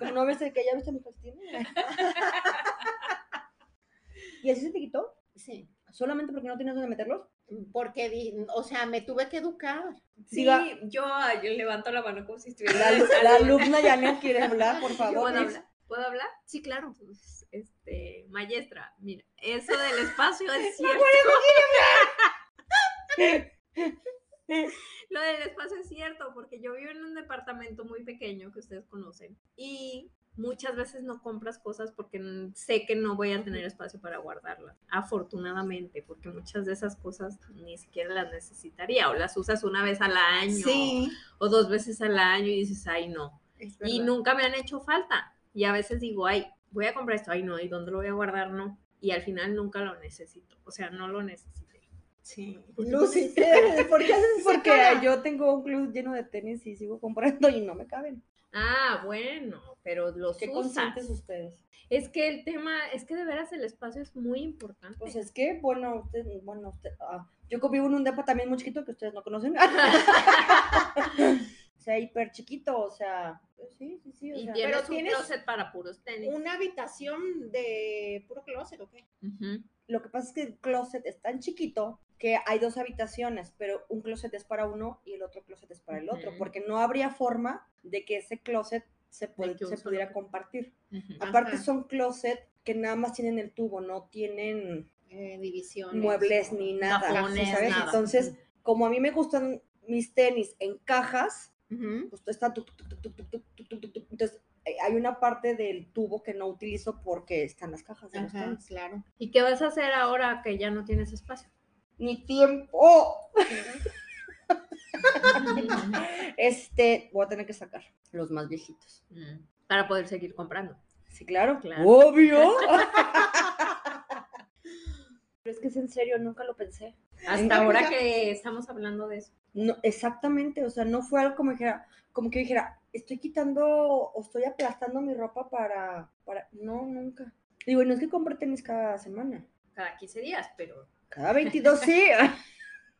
como no ves el que ya viste mis calcetines. ¿Y así se te quitó?
Sí.
¿Solamente porque no tenías dónde meterlos?
Porque, di- o sea, me tuve que educar.
Sí,
Diga-
yo, ah, yo levanto la mano como si estuviera
La,
en
alu- la
salud.
alumna ya no quiere hablar, por
¿Puedo
favor.
hablar? ¿Puedo hablar? Sí, claro. Pues, Este, maestra, mira, eso del espacio es cierto. Lo del espacio es cierto, porque yo vivo en un departamento muy pequeño que ustedes conocen y muchas veces no compras cosas porque n- sé que no voy a tener espacio para guardarlas. Afortunadamente, porque muchas de esas cosas ni siquiera las necesitaría o las usas una vez al año
Sí.
o dos veces al año y dices, ay no.
es
y
verdad.
nunca me han hecho falta. Y a veces digo, ay, voy a comprar esto, ay no, ¿y dónde lo voy a guardar? No. Y al final nunca lo necesito, o sea, no lo necesité.
Sí.
Lucy, ¿qué? ¿por qué haces esa
Porque
cara? yo tengo un club lleno de tenis y sigo comprando y no me caben.
Ah, bueno, pero los
¿Qué
usas.
conscientes ustedes?
Es que el tema, es que de veras el espacio es muy importante.
Pues es que, bueno, usted- bueno, usted- ah, yo convivo en un depa también muy chiquito que ustedes no conocen. o sea, hiper chiquito, o sea, pues sí, sí, sí. O
y
sea,
tienes
pero
un
tienes
closet para puros tenis.
Una habitación de puro closet, ¿o qué?
Ujú.
Lo que pasa es que el closet es tan chiquito que hay dos habitaciones, pero un closet es para uno y el otro closet es para el otro,
Ujú.
porque no habría forma de que ese closet se, pu-
que un
se
solo
pudiera
closet.
compartir.
Ujú.
Ah,
Aparte
Ajá.
son closet que nada más tienen el tubo, no tienen
Eh, divisiones.
muebles ni nada,
Cajones,
¿sí ¿sabes?
nada.
Entonces, como a mí me gustan mis tenis en cajas,
Ujú.
pues está tuc, tuc, tuc, tuc, tuc, tuc, tuc, tuc, tuc, tuc. entonces hay- hay una parte del tubo que no utilizo porque están las cajas de los
Ajá,
tenis.
claro.
¿Y qué vas a hacer ahora que ya no tienes espacio?
Ni tiempo. Este, voy a tener que sacar los más viejitos.
Mm, para poder seguir comprando.
Sí, claro,
Claro.
Obvio. Pero es que es en serio, nunca lo pensé.
Hasta
Entonces,
ahora
ya-
que estamos hablando de eso.
No, exactamente, o sea, no fue algo como dijera, como que dijera, estoy quitando o estoy aplastando mi ropa para, para, no, nunca. Digo, y no es que compre tenis cada semana,
Cada 15 días, pero
cada 22 sí.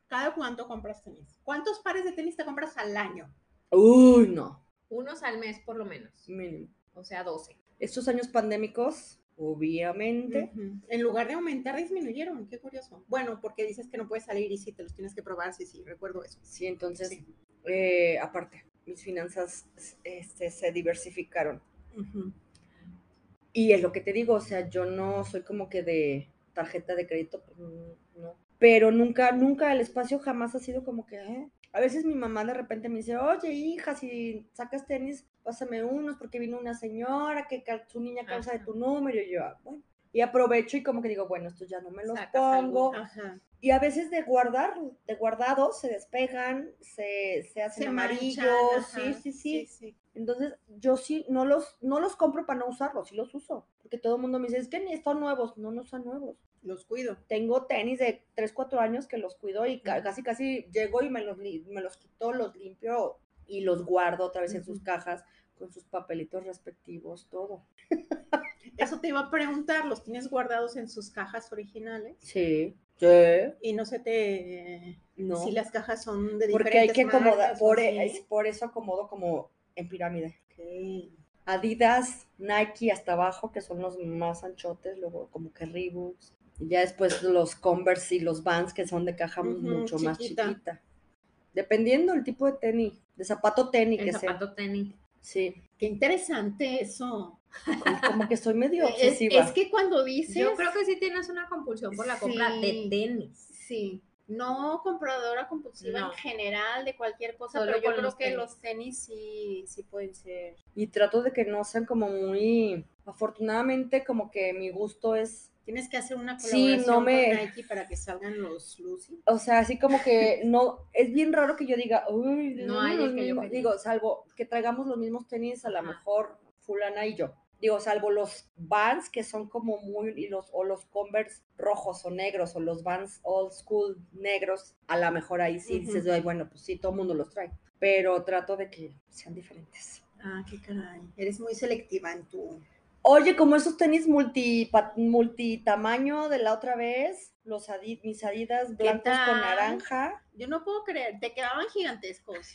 ¿Cada cuánto compras tenis? ¿Cuántos pares de tenis te compras al año?
Uy, no,
unos al mes por lo menos.
mínimo.
O sea, 12.
Estos años pandémicos, obviamente,
Ujú. En lugar de aumentar, disminuyeron. Qué curioso. Bueno, porque dices que no puedes salir y sí, te los tienes que probar. Sí, sí, recuerdo eso.
sí, entonces,
Sí.
eh, aparte, mis finanzas este, se diversificaron.
Ujú.
Y es lo que te digo, o sea, yo no soy como que de tarjeta de crédito, pues, mm, no. Pero nunca, nunca el espacio jamás ha sido como que, "Eh". A veces mi mamá de repente me dice, oye, hija, si sacas tenis, pásame unos porque vino una señora que cal- su niña causa de
Ajá.
tu número. Y yo, "Ah, bueno. Y aprovecho y como que digo, bueno, estos ya no me los
Sacas
pongo.
alguna.
Ajá.
Y a veces de guardar, de guardados, se despegan, se, se hacen amarillos.
manchan,
sí,
ajá,
sí, sí.
sí.
Entonces, yo sí no los, no los compro para no usarlos, sí los uso. Porque todo el mundo me dice, es que ni están nuevos. No, no son nuevos.
Los cuido.
Tengo tenis de 3, 4 años que los cuido y ca- casi, casi llego y me los, li- me los quito, los limpio y los guardo otra vez en sus
Ujú.
cajas con sus papelitos respectivos, todo.
Eso te iba a preguntar. ¿Los tienes guardados en sus cajas originales?
Sí. Sí.
Y no se te...
No.
Si las cajas son de diferentes
porque hay que acomodar,
marcas o
por,
así.
es- por eso acomodo como en pirámide.
Ok.
Adidas, Nike hasta abajo, que son los más anchotes, luego como que Reeboks. Y ya después los Converse y los Vans, que son de caja
Ujú,
mucho más
chiquita.
chiquita. Dependiendo el tipo de tenis, de zapato tenis
El
que sea.
zapato tenis.
Sí,
Qué interesante eso.
como- como que soy medio
Es,
obsesiva.
es que cuando dices...
Yo creo que sí tienes una compulsión por la compra de
Sí.
tenis.
Sí, no compradora compulsiva
No.
en general de cualquier cosa,
Solo
pero yo
con
creo
los
que
tenis.
los tenis sí, sí pueden ser.
Y trato de que no sean como muy... Afortunadamente como que mi gusto es...
Tienes que hacer una
Sí,
colaboración
no me-
con Nike para que salgan los Lucy.
O sea, así como que no... Es bien raro que yo diga... Uy,
No
tenemos
hay el
los
que yo
mismos".
quería.
Digo, salvo que traigamos los mismos tenis, a lo
Ajá.
mejor fulana y yo. Digo, salvo los Vans que son como muy... Y los, o los Converse rojos o negros, o los Vans old school negros. A lo mejor ahí sí dices,
Ujú.
"Ay, bueno, pues sí, todo el mundo los trae. Pero trato de que sean diferentes.
Ah, qué caray. Eres muy selectiva en tu.
Oye, como esos tenis multi, pa- multitamaño de la otra vez, los adi- mis adidas blancos con
tal?
naranja.
Yo no puedo creer, te quedaban gigantescos.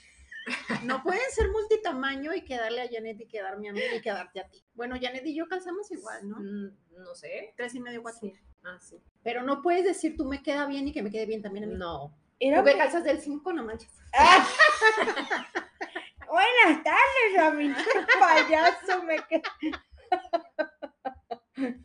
No pueden ser multitamaño y quedarle a Janet y quedarme a mí y quedarte a ti. Bueno, Janet y yo calzamos igual, ¿no?
Mm, No sé.
Tres y medio, cuatro.
Sí. Ah, sí.
Pero no puedes decir tú me queda bien y que me quede bien también a mí.
No.
Era
Tú que calzas del cinco, no manches.
¡Ah! Buenas tardes, Ramiro. Payaso me quedé.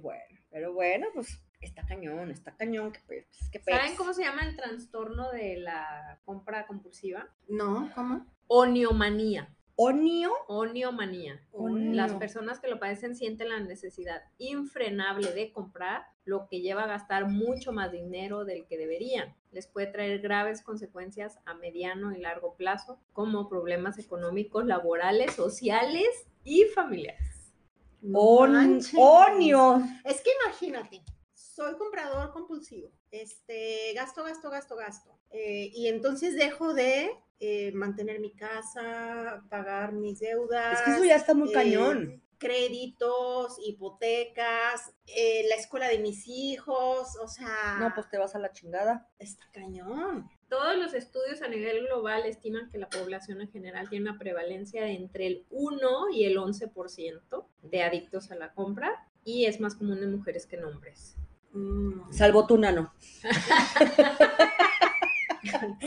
Bueno, pero bueno, pues está cañón, está cañón. Qué pe- pues, qué
¿Saben
pez.
cómo se llama el trastorno de la compra compulsiva?
No, ¿cómo?
Oniomanía.
onio,
Oniomanía.
Onio.
Las personas que lo padecen sienten la necesidad infrenable de comprar, lo que lleva a gastar mucho más dinero del que deberían. Les puede traer graves consecuencias a mediano y largo plazo, como problemas económicos, laborales, sociales y familiares.
No
on,
manches.
onio.
Es que imagínate, soy comprador compulsivo, este, gasto, gasto, gasto, gasto, eh, y entonces dejo de eh, mantener mi casa, pagar mis deudas.
Es que eso ya está muy
eh,
cañón.
Créditos, hipotecas, eh, la escuela de mis hijos, o sea,
No, pues te vas a la chingada.
está cañón.
Todos los estudios a nivel global estiman que la población en general tiene una prevalencia de entre el 1 y el 11% de adictos a la compra y es más común en mujeres que en hombres.
Mm,
Salvo tu nano.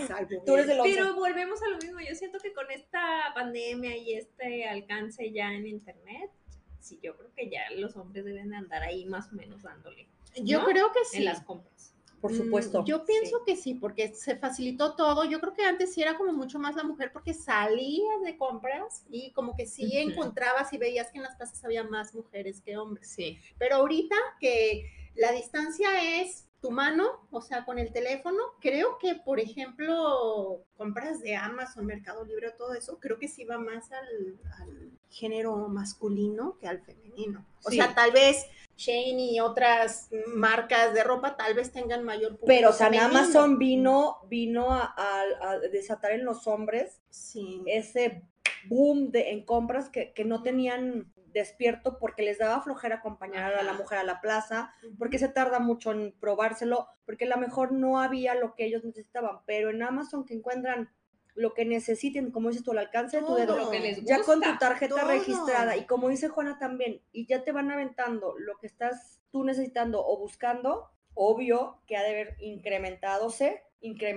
salvo
Tú eres
él.
el once.
Pero volvemos a lo mismo. Yo siento que con esta pandemia y este alcance ya en internet, sí, yo creo que ya los hombres deben de andar ahí más o menos dándole
Yo
¿no?
creo que sí.
en las compras.
Por
Mm,
supuesto.
Yo pienso que sí, porque se facilitó todo. Yo creo que antes sí era como mucho más la mujer porque salías de compras y como que sí
Ujú.
encontrabas y veías que en las casas había más mujeres que hombres.
Sí.
Pero ahorita que la distancia es tu mano, o sea, con el teléfono, creo que, por ejemplo, compras de Amazon, Mercado Libre, todo eso, creo que sí va más al, al género masculino que al femenino. O
Sí.
sea, tal vez Shane y otras marcas de ropa tal vez tengan mayor público
Pero, o sea,
femenino.
Amazon vino, vino a, a- a desatar en los hombres
Sí.
ese boom de, en compras que, que no tenían despierto porque les daba flojera acompañar a la
Ajá.
mujer a la plaza, porque se tarda mucho en probárselo, porque a lo mejor no había lo que ellos necesitaban, pero en Amazon que encuentran lo que necesiten, como dices tú, al alcance de tu dedo,
Todo.
Lo que les gusta.
ya con tu tarjeta
todo.
registrada y como dice Juana también, y ya te van aventando lo que estás tú necesitando o buscando, obvio que ha de haber incrementadose,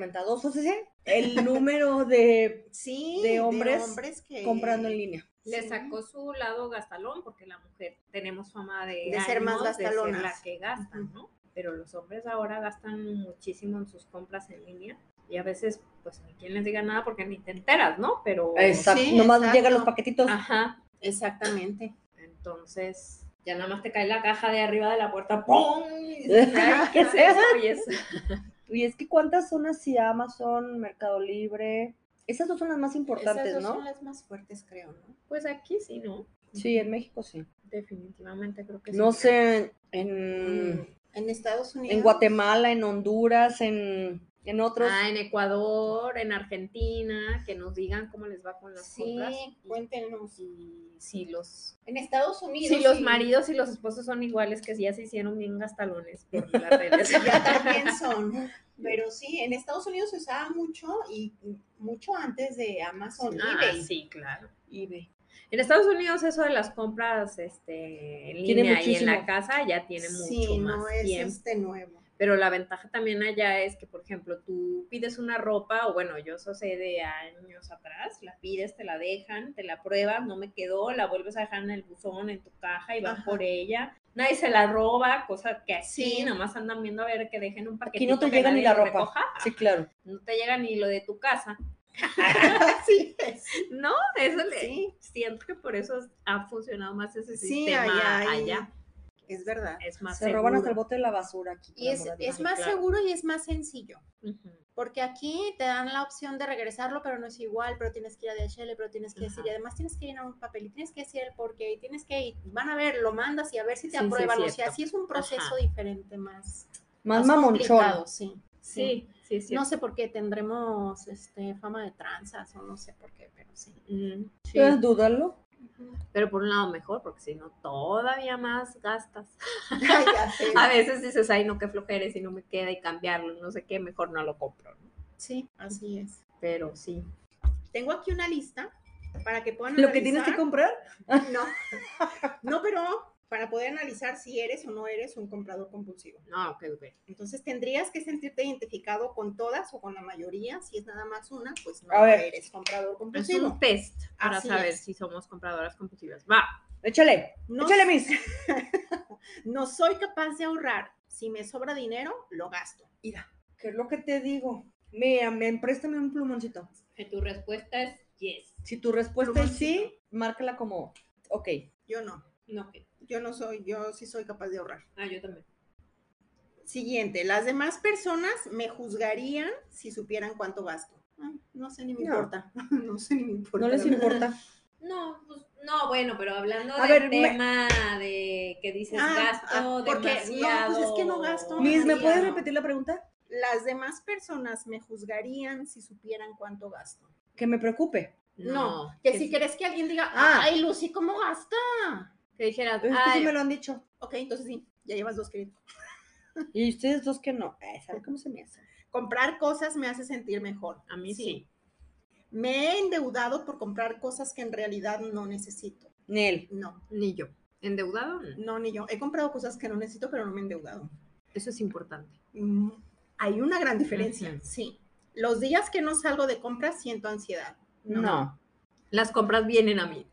incrementadose el número de
Sí,
de hombres
que
comprando en línea.
Le
Sí.
sacó su lado gastalón, porque la mujer tenemos fama de,
De ser más
años de ser
gastalonas.
la que gastan,
Ujú.
¿no? Pero los hombres ahora gastan muchísimo en sus compras en línea y a veces, pues, ni quien les diga nada porque ni te enteras, ¿no? Pero.
Exacto,
Sí,
nomás
exacto.
llegan los paquetitos.
Ajá.
Exactamente.
Entonces, ya nada más te cae la caja de arriba de la puerta, ¡pum! Y dices, "Ay, ¿Qué es eso? Y es-
Y es que cuántas son así Amazon, Mercado Libre, esas dos son las más importantes,
Esas dos
¿no?
son las más fuertes, creo, ¿no?
Pues aquí sí, ¿no?
Sí, en México sí.
Definitivamente creo que sí.
No sé,
Mm.
en,
En Estados Unidos.
en Guatemala, en Honduras, en, en otros.
Ah, en Ecuador, en Argentina, que nos digan cómo les va con las
Sí,
compras. y
cuéntenos.
Si los,
En Estados Unidos.
si los
sí.
maridos y los esposos son iguales, que ya se hicieron bien gastalones por las redes.
Ya también son. Pero sí, en Estados Unidos se usaba mucho y y mucho antes de Amazon
Ah,
eBay.
sí, claro.
eBay.
En Estados Unidos eso de las compras este, en
Tiene
línea y en la
muchísimo.
casa ya tiene mucho
Sí,
más
no es
tiempo.
este nuevo.
Pero la ventaja también allá es que, por ejemplo, tú pides una ropa, o bueno, yo eso sé de años atrás, la pides, te la dejan, te la pruebas, no me quedó, la vuelves a dejar en el buzón, en tu caja y van
Ajá.
por ella. Nadie se la roba, cosa que aquí
Sí.
nada más andan viendo a ver que dejen un
Aquí
paquetito.
no te
que
llega ni
nadie
la
lo
ropa.
recoja.
Sí, claro.
No te llega ni lo de tu casa.
Así es.
No, eso le...
Sí.
Siento que por eso ha funcionado más ese
Sí,
sistema
allá,
allá.
hay- Es verdad.
Es más
Se roban hasta el
seguro.
bote de la basura aquí. por
Y es,
amor a Dios.
es más
claro.
seguro y es más sencillo.
Ujú.
Porque aquí te dan la opción de regresarlo, pero no es igual, pero tienes que ir a DHL, pero tienes que
Ajá.
decir, y además tienes que ir a un papel, y tienes que decir el porqué, y tienes que ir, van a ver, lo mandas y a ver si te
Sí, sí, es
aprueban, o sea,
cierto.
sí es un proceso
Ajá.
diferente más,
más
complicado,
mamonchón.
sí.
Sí, sí, es
No
cierto.
sé por qué tendremos este, fama de tranzas, o no sé por qué, pero sí.
Mm, sí.
¿Puedes dudarlo?
Pero por un lado mejor, porque si no, todavía más gastas.
Ay, ya sé.
A veces dices, ay, no, qué flojera, y si no me queda y cambiarlo, no sé qué, mejor no lo compro. ¿no?
Sí, así es.
Pero sí.
Tengo aquí una lista para que puedan
Lo que tienes que
analizar.
comprar.
No, no, pero para poder analizar si eres o no eres un comprador compulsivo.
No, ok, ok.
Entonces tendrías que sentirte identificado con todas o con la mayoría. Si es nada más una, pues no
A ver.
eres comprador
Es
compulsivo.
un test para
Pues Así
saber
es.
si somos compradoras compulsivas. Va.
Échale,
No,
échale, mis.
no soy capaz de ahorrar. Si me sobra dinero, lo gasto.
Mira, ¿qué es lo que te digo? Mira, me, préstame un plumoncito.
Que tu respuesta es yes.
Si tu respuesta es sí,
Plumoncito.
márcala como, ok.
Yo no.
No, que.
Yo no soy, yo sí soy capaz de ahorrar.
Ah, yo también.
Siguiente, las demás personas me juzgarían si supieran cuánto gasto. Ah, no sé ni me
No.
importa. No sé ni me importa.
No les
la verdad.
importa.
No, pues, no, bueno, pero hablando
A
del
ver, me-
tema de que dices
Ah,
gasto,
ah, porque- no, pues,
demasiado,
es que no gasto.
Miss, ¿me
María,
puedes
no.
repetir la pregunta?
Las demás personas me juzgarían si supieran cuánto gasto.
Que me preocupe.
No,
No,
que
que
si
sí.
crees que alguien diga,
Ah.
ay, Lucy, ¿cómo gasta?
Que dijeras,
Es que
ay,
sí me lo han dicho.
Ok, entonces sí, ya llevas dos créditos.
Y ustedes dos que no. Ay, ¿Saben cómo se me hace?
Comprar cosas me hace sentir mejor.
a mí sí.
Me he endeudado por comprar cosas que en realidad no necesito.
Nel.
No,
Ni yo. ¿Endeudado? No.
no, ni yo. He comprado cosas que no necesito, pero no me he endeudado.
Eso es importante.
Mm, Hay una gran diferencia,
Ujú.
sí. Los días que no salgo de compras siento ansiedad.
No.
Las compras vienen a mí.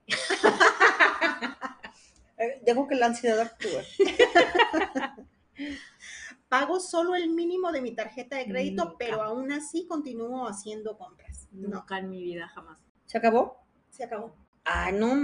Eh, dejo que la ansiedad actúe.
Pago solo el mínimo de mi tarjeta de crédito,
Nunca.
pero aún así continúo haciendo compras. No,
Nunca en mi vida, jamás.
¿Se acabó?
se acabó.
Ay, no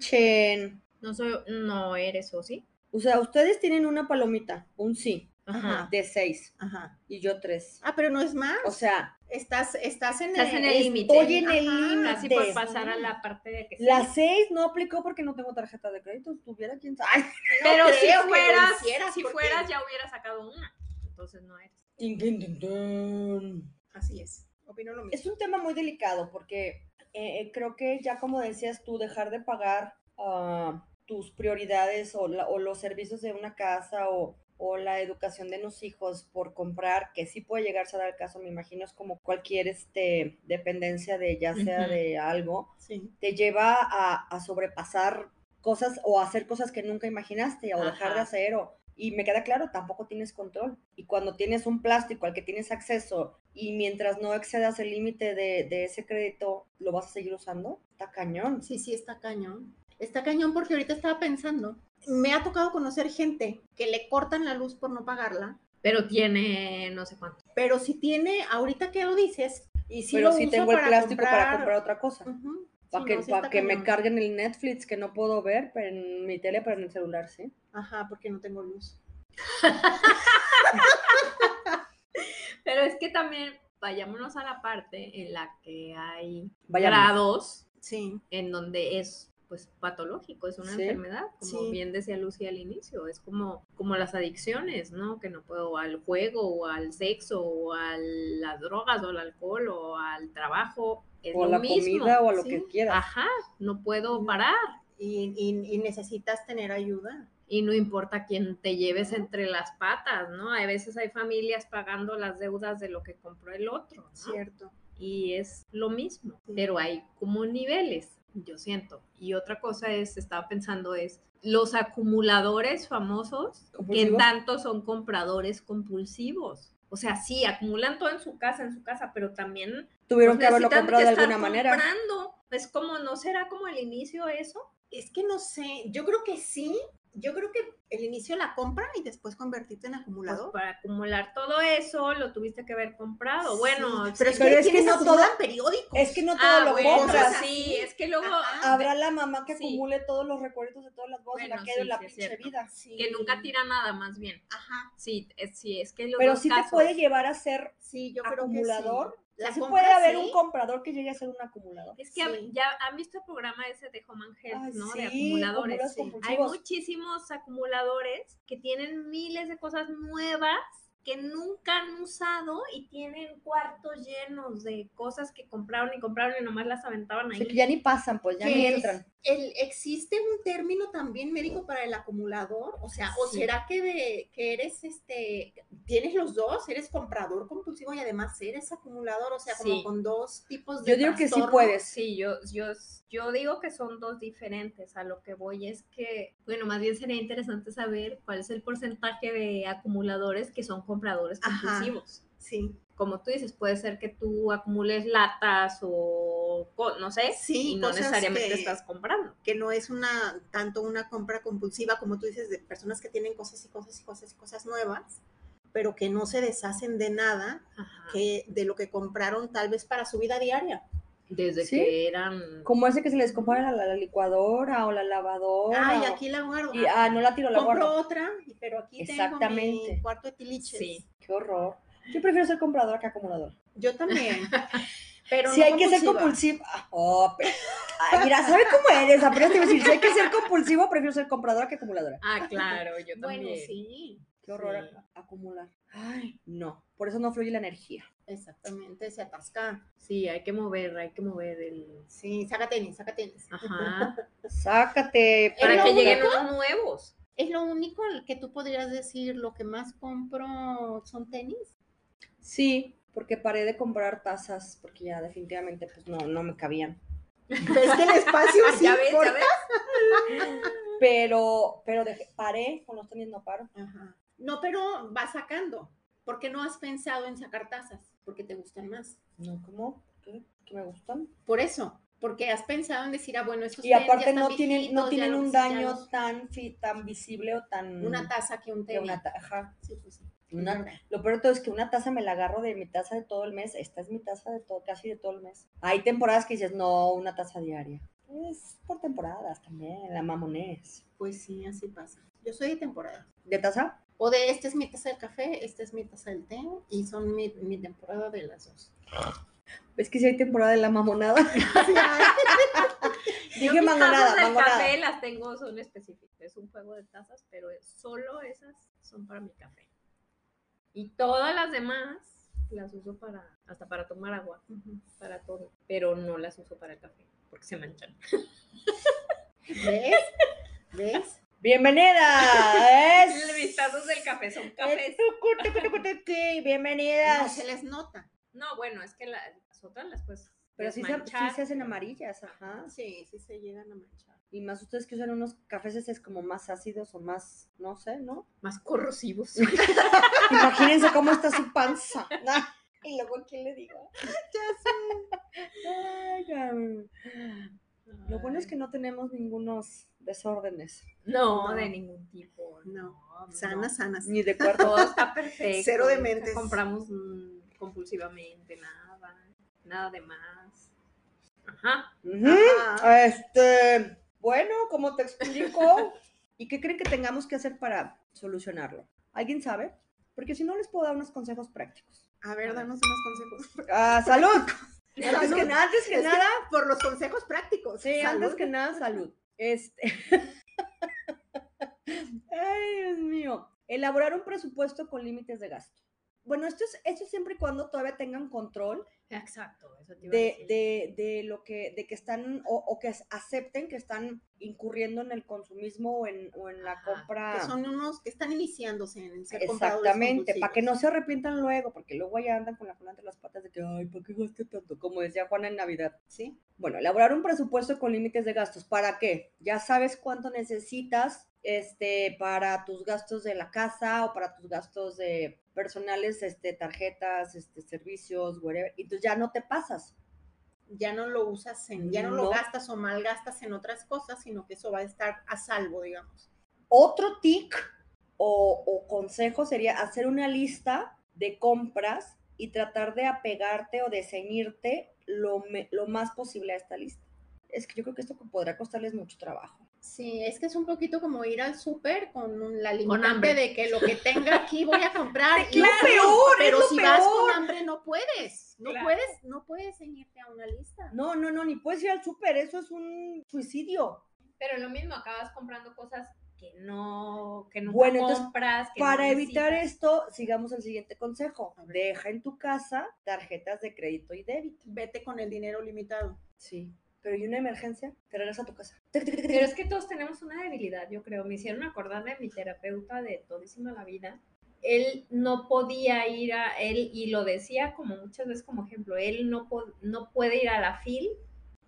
manchen.
No soy, no eres o sí.
O sea, ustedes tienen una palomita, un sí,
Ajá.
de seis,
Ajá.
y yo tres.
Ah, pero no es más.
O sea,
Estás, estás en
Estás en el
es-
límite.
estoy en el
Ajá,
Casi
límite.
por pasar a la parte de que sí.
La seis no aplicó porque no tengo tarjeta de crédito. Tuviera quien sa- Ay,
Pero
creo
si
que lo
fueras,
hicieras,
si
porque-
fueras, ya hubiera sacado una. Entonces no eres.
tin, tin, tin, tin.
Así es. Opino lo mismo.
Es un tema muy delicado porque eh, eh, creo que ya como decías tú, dejar de pagar ah, tus prioridades o, la- o los servicios de una casa o, o la educación de los hijos por comprar, que sí puede llegarse a dar el caso, me imagino, es como cualquier este, dependencia de ya sea
Ujú.
de algo,
Sí.
te lleva a, a sobrepasar cosas o a hacer cosas que nunca imaginaste o dejar de
Ajá.
hacer o- y me queda claro, tampoco tienes control. Y cuando tienes un plástico al que tienes acceso y mientras no excedas el límite de, de ese crédito, ¿lo vas a seguir usando? Está cañón.
Sí, sí, está cañón. Está cañón porque ahorita estaba pensando. Me ha tocado conocer gente que le cortan la luz por no pagarla,
Pero tiene no sé cuánto.
pero si tiene, ahorita que lo dices, y si
Pero
lo
sí
uso
tengo el
para
plástico para comprar
comprar-
otra cosa.
Ujú.
Para
Sí,
que,
no, sí
pa'
está
que me
cañón.
carguen el Netflix que no puedo ver, pero en mi tele, pero en el celular, sí.
Ajá, porque no tengo luz.
Pero es que también vayámonos a la parte en la que hay
Vaya.
grados
Sí,
en donde es pues patológico, es una
Sí,
enfermedad, como
sí.
bien decía Lucy al inicio, es como, como las adicciones, ¿no? Que no puedo al juego o al sexo o a las drogas o al alcohol o al trabajo, es
O a
lo
la
mismo. Ah,
comida o a lo
sí.
que quieras.
Ajá, no puedo
No.
parar
y, y- y necesitas tener ayuda.
y no importa quién te lleves entre las patas, ¿no? Hay veces hay familias pagando las deudas de lo que compró el otro, ¿no?
Cierto.
y es lo mismo,
Sí.
pero hay como niveles, yo siento. Y otra cosa es, estaba pensando, es los acumuladores famosos, que
Compulsivos.
tanto son compradores compulsivos. O sea, sí, acumulan todo en su casa, en su casa, pero también
Tuvieron
pues,
que haberlo
necesitan
comprado de
estar
alguna manera.
comprando. Es como, ¿no será como el inicio eso?
Es que no sé, yo creo que sí. Yo creo que el inicio la compra y después convertirte en
Pues,
acumulador.
para acumular todo eso, lo tuviste que haber comprado. Bueno,
Sí, pero es
sí.
que,
Pero
hay
es que
quienes
no
acumulan
toda-
periódicos.
Es que no todo
Ah,
lo
bueno,
compras.
sí, es que luego
Ajá.
Habrá la mamá que
Ah, Sí.
acumule todos los recuerdos de todas las voces, la
Bueno,
que de
sí,
la
sí, es
pinche
cierto.
vida.
que nunca tira nada más bien.
Ajá,
Sí, es, sí, es que los
Pero
dos
sí te
casos-
puede llevar a ser,
sí, yo creo
Acumulador,
que sí.
o sea,
La
sí
compra
puede haber
sí,
un comprador que llegue a ser un acumulador.
Es que ha-
sí.
ya han visto el programa ese de Home and Health,
Ay,
¿no?
sí,
de acumuladores.
acumulas
sí. Hay
Hay
compulsivos.
muchísimos acumuladores que tienen miles de cosas nuevas que nunca han usado y tienen cuartos llenos de cosas que compraron y compraron y nomás las aventaban
O
ahí.
sea, que ya ni pasan, pues, ya
que
ni
es-
entran.
el- ¿Existe un término también médico para el acumulador? O sea, ¿o
Sí.
será que, de- que eres este, tienes los dos? ¿Eres comprador compulsivo y además eres acumulador? O sea,
Sí.
como con dos tipos de
Yo digo que sí
trastorno.
puedes.
Sí, yo, yo, yo digo que son dos diferentes. A lo que voy es que, bueno, más bien sería interesante saber cuál es el porcentaje de acumuladores que son compradores
Ajá.
compulsivos.
Sí.
como tú dices, puede ser que tú acumules latas o co- no sé,
Sí,
y no
cosas
necesariamente
que-
estás comprando.
que no es una tanto una compra compulsiva como tú dices de personas que tienen cosas y cosas y cosas y cosas nuevas, pero que no se deshacen de nada
Ajá.
que de lo que compraron tal vez para su vida diaria.
desde
¿Sí?
que eran...
Como ese que se les compara la, la- la licuadora o la lavadora.
Ay,
o-
Ah, aquí la guardo.
y- ah, no la tiro, la
Compro
guardo.
otra, y- pero aquí tengo
Exactamente.
mi cuarto de tiliches.
Sí.
Qué horror. Yo prefiero ser compradora que acumuladora.
Yo también. Pero
si
no
hay que ser compulsiva. Ah, Oh, pero- Ay, mira, ¿sabe cómo eres? Apenas te iba a decir, si hay que ser compulsivo, prefiero ser compradora que acumuladora.
Ah, claro, yo también.
Bueno, sí.
Qué horror
Sí.
ac- acumular. Ay, no. Por eso no fluye la energía.
Exactamente, se atasca.
Sí, hay que mover, hay que mover el...
Sí, saca tenis, saca tenis.
Ajá.
Sácate.
¿Es
Para
lo
que lleguen
único?
unos nuevos.
¿Es lo único al que tú podrías decir lo que más compro son tenis?
Sí, porque paré de comprar tazas, porque ya definitivamente pues no, no me cabían.
¿Ves que el espacio sí
Ah, ya ves, ya
importa?
ves.
Pero, pero dejé- paré, con los tenis no paro.
Ajá. No, pero vas sacando. ¿Por qué no has pensado en sacar tazas? Porque te gustan más.
No, ¿cómo? ¿Qué? ¿Que me gustan?
Por eso, porque has pensado en decir, ah, bueno, esos
Y
tenis ya
aparte
están
no tienen, no
viejitos, ya
tienen
los-
un
ya
daño
los-
tan, fi- tan visible o tan...
una taza que un
que
tenis.
una ta- ajá.
Sí, pues sí.
Una- lo peor de todo es que una taza me la agarro de mi taza de todo el mes. Esta es mi taza de todo, casi de todo el mes. Hay temporadas que dices, no, una taza diaria. Es por temporadas también, la mamonés.
Pues sí, así pasa. Yo soy de temporada.
¿De taza?
O de esta es mi taza del café, esta es mi taza del té y son mi, mi temporada de las dos.
Es que si hay temporada de la mamonada.
Yo
Dije
mis
mamonada,
tazas del
mamonada.
café las tengo, son específicas. Es un juego de tazas, pero es- solo esas son para mi café. Y todas las demás las uso para, hasta para tomar agua,
Ujú.
para todo. Pero no las uso para el café, porque se manchan.
¿Ves? ¿Ves?
Bienvenida. Es...
Mis tazas del café son
Es
cafés.
tucu, tucu, tucu, tucu,
No
Bienvenidas.
se les nota.
No, bueno, es que la- las otras las puedes
Pero sí se,
desmanchar.
sí se hacen amarillas, ajá.
Ah, Sí, sí se llegan a manchar.
Y más ustedes que usan unos cafés es como más ácidos o más, no sé, ¿no?
Más corrosivos.
Imagínense cómo está su panza. y luego, ¿qué le digo? Oigan, Lo bueno es que no tenemos ningunos desórdenes,
No,
No.
de ningún tipo.
No.
no.
Sanas, sanas.
ni de
Todo
cuerpo.
está perfecto.
Cero de
nunca
mentes.
compramos mm, compulsivamente nada, nada de más. Ajá.
Ujú.
Ah,
Este, bueno, como te explico, ¿y qué creen que tengamos que hacer para solucionarlo? ¿Alguien sabe? Porque si no, les puedo dar unos consejos prácticos.
A ver, danos unos consejos.
Ah, salud. Antes
Salud.
que nada, antes que
Es que-
nada,
Por los consejos prácticos.
sí, antes
Salud.
que nada, salud. Ah. Este. Ay, Dios mío. Elaborar un presupuesto con límites de gasto. Bueno, esto es, esto es siempre y cuando todavía tengan control
Exacto, eso te iba a
de,
decir.
de, de lo que, de que están, o, o que as- acepten que están incurriendo en el consumismo o en, o en la
Ajá, que
compra.
Que son unos que están iniciándose en el ser compradores
Exactamente, para que no
compulsivos.
se arrepientan luego, porque luego allá andan con la cola entre las patas de que, ay, ¿para qué gasté tanto? Como decía Juana en Navidad.
Sí.
Bueno, elaborar un presupuesto con límites de gastos. ¿Para qué? Ya sabes cuánto necesitas este, para tus gastos de la casa o para tus gastos de personales, este, tarjetas, este, servicios, whatever. Y entonces ya no te pasas.
Ya no lo usas en, ya no, lo
No.
gastas o malgastas en otras cosas, sino que eso va a estar a salvo, digamos.
Otro tic o, o consejo sería hacer una lista de compras y tratar de apegarte o de ceñirte lo, me- lo más posible a esta lista. Es que yo creo que esto podrá costarles mucho trabajo.
Sí, es que es un poquito como ir al súper con un- la
Con
limitante
hambre.
de que lo que tenga aquí voy a comprar.
Es
y no
lo
puedo,
peor, es
pero
lo
si vas con
peor.
hambre no puedes, no
Claro.
puedes, no puedes ceñirte a una lista.
No, no, no, ni puedes ir al súper, eso es un suicidio.
Pero lo mismo, acabas comprando cosas que no, que nunca
Bueno, entonces,
compras. que no
Para evitar
necesitas.
esto, sigamos el siguiente consejo.
A ver.
Deja en tu casa tarjetas de crédito y débito.
Vete con el dinero limitado.
Sí. Pero hay una emergencia, te regresas a tu casa.
Pero es que todos tenemos una debilidad, yo creo. Me hicieron acordar de mi terapeuta de todísima la vida. Él no podía ir a él, y lo decía como muchas veces como ejemplo, él no, po- no puede ir a la FIL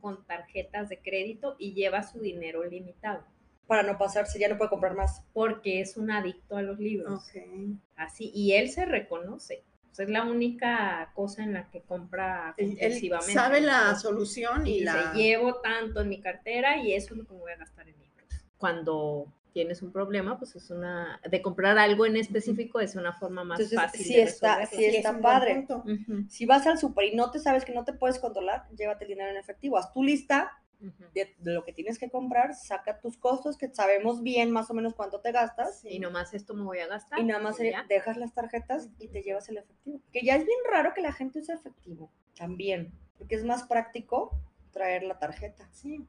con tarjetas de crédito y lleva su dinero limitado,
Para no pasarse, ya no puede comprar más.
porque es un adicto a los libros.
Okay.
Así, y él se reconoce. O sea, es la única cosa en la que compra
Él, él
compulsivamente.
sabe la solución y,
y
la
dice, llevo tanto en mi cartera y eso es lo que me voy a gastar en libros. Cuando tienes un problema, pues es una, de comprar algo en específico es una forma más
Entonces,
fácil.
sí
de
está-
resolverlo.
sí
es
está
un buen
padre.
punto.
Ujú,
Si vas al super y no te sabes que no te puedes controlar, llévate el dinero en efectivo. Haz tu lista
ujú.
de, de lo que tienes que comprar, saca tus costos, que sabemos bien más o menos cuánto te gastas.
Y nomás esto me voy a gastar.
y nada más
y
eh,
ya.
dejas las tarjetas y te llevas el efectivo. Que ya es bien raro que la gente use efectivo también, porque es más práctico traer la tarjeta.
Sí.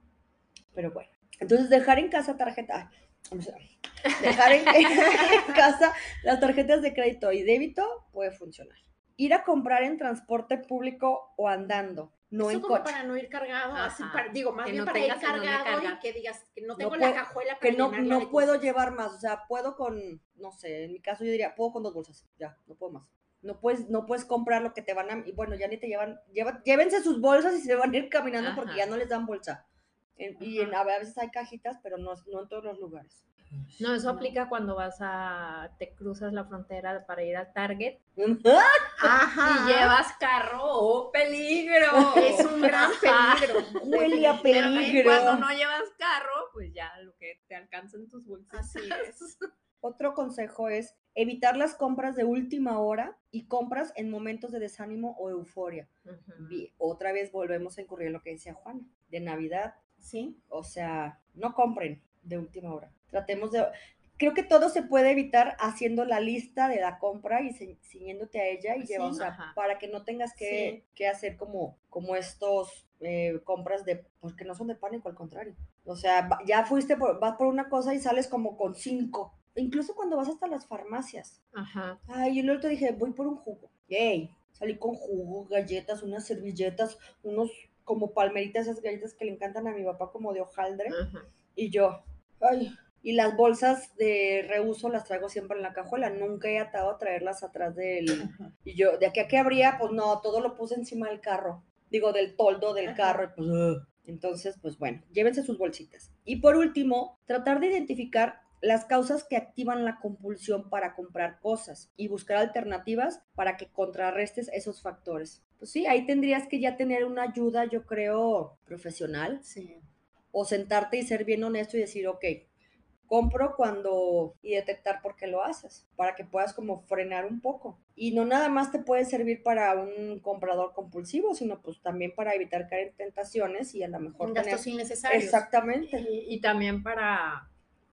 Pero bueno, entonces dejar en casa tarjeta, ay, vamos a- dejar en, en casa las tarjetas de crédito y débito puede funcionar. Ir a comprar en transporte público o andando, no
Eso
en
como
coche.
para no ir cargado,
Ajá.
así para- digo, más
Que
bien
no
para ir
tengas en dónde
cargado y
cargar.
que digas que no
No
tengo
puedo-
la cajuela para
Que no,
llenarla de
no puedo
cosas.
llevar más, o sea, puedo con, no sé, en mi caso yo diría, puedo con dos bolsas, ya, no puedo más. No puedes, no puedes comprar lo que te van a, y bueno, ya ni te llevan, lleva- llévense sus bolsas y se van a ir caminando porque
Ajá.
ya no les dan bolsa. En- y en- a veces hay cajitas, pero no, no en todos los lugares.
No, eso aplica cuando vas a, te cruzas la frontera para ir al Target
Ajá.
y llevas carro, ¡oh, peligro!
Ah. Es un gran
Ajá.
peligro.
Huele a
Definitivamente,
peligro.
Cuando no llevas carro, pues ya lo que te alcanzan tus bolsas.
Así es.
Otro consejo es evitar las compras de última hora y compras en momentos de desánimo o euforia.
Ujú.
Vi- Otra vez volvemos a incurrir en lo que decía Juana, de Navidad.
Sí.
O sea, no compren de última hora. Tratemos de... Creo que todo se puede evitar haciendo la lista de la compra y se- ciñéndote a ella y
Sí,
lleva, o sea,
ajá.
para que no tengas que, que hacer como, como estos eh, compras de, porque no son de pánico, al contrario. O sea, va- ya fuiste, por- vas por una cosa y sales como con cinco. Incluso cuando vas hasta las farmacias.
Ajá.
Ay, el otro dije, voy por un jugo. Yay. Salí con jugo, galletas, unas servilletas, unos como palmeritas, esas galletas que le encantan a mi papá como de hojaldre.
Ajá.
Y yo, ay. Y las bolsas de reuso las traigo siempre en la cajuela. Nunca he atado a traerlas atrás del... Y yo, ¿de aquí a qué habría? Pues no, todo lo puse encima del carro. Digo, del toldo del
Ajá.
carro. y pues, ugh. Entonces, pues bueno, llévense sus bolsitas. Y por último, tratar de identificar las causas que activan la compulsión para comprar cosas y buscar alternativas para que contrarrestes esos factores. Pues sí, ahí tendrías que ya tener una ayuda, yo creo, profesional
Sí.
o sentarte y ser bien honesto y decir, ok, compro cuando y detectar por qué lo haces, para que puedas como frenar un poco. Y no nada más te puede servir para un comprador compulsivo, sino pues también para evitar caer en tentaciones y a lo mejor
En
tener...
gastos innecesarios.
Exactamente.
Y, y también para,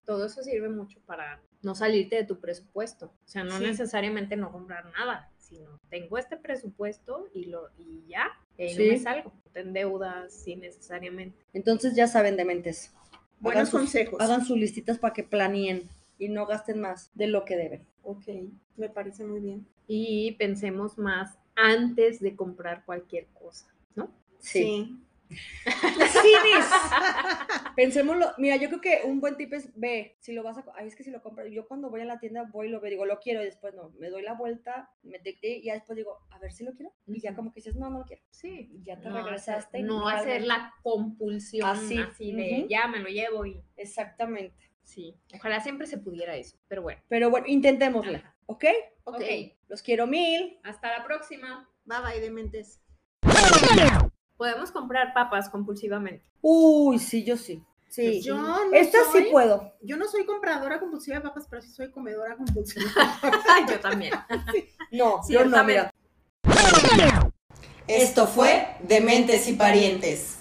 todo eso sirve mucho para no salirte de tu presupuesto. O sea, no
Sí.
necesariamente no comprar nada, sino tengo este presupuesto y, lo, y ya, y ahí
Sí.
no me salgo. No te endeudas innecesariamente.
Entonces ya saben de mentes,
Buenos
sus-
consejos.
hagan sus listitas para que planeen y no gasten más de lo que deben.
Ok, me parece muy bien.
Y pensemos más antes de comprar cualquier cosa.
Sí. Pensémoslo, mira, yo creo que un buen tip es ve, si lo vas a, co- ay, es que si lo compras, yo cuando voy a la tienda voy y lo veo, digo, lo quiero y después no, me doy la vuelta, me tic, tic, y ya después digo, a ver si lo quiero, y ya
Ujú.
como que dices, no, no lo quiero,
Sí.
y ya te
No hacer-
regresaste. y
No hacer
realmente-
la compulsión
Así,
así, de
ujú.
ya me lo llevo y
Exactamente.
sí. Ojalá siempre se pudiera eso. Pero bueno.
Pero bueno, intentémosla,
Ajá.
¿ok?
ok.
ok.
Los quiero mil.
Hasta la próxima.
Bye bye, dementes.
Podemos comprar papas compulsivamente.
Uy, sí, yo sí. Sí.
Pues Yo no
Esta
soy-
sí puedo.
Yo no soy compradora compulsiva de papas, pero sí soy comedora compulsiva.
yo también.
No, yo no,
Ciertamente.
mira.
Esto fue Dementes y Parientes.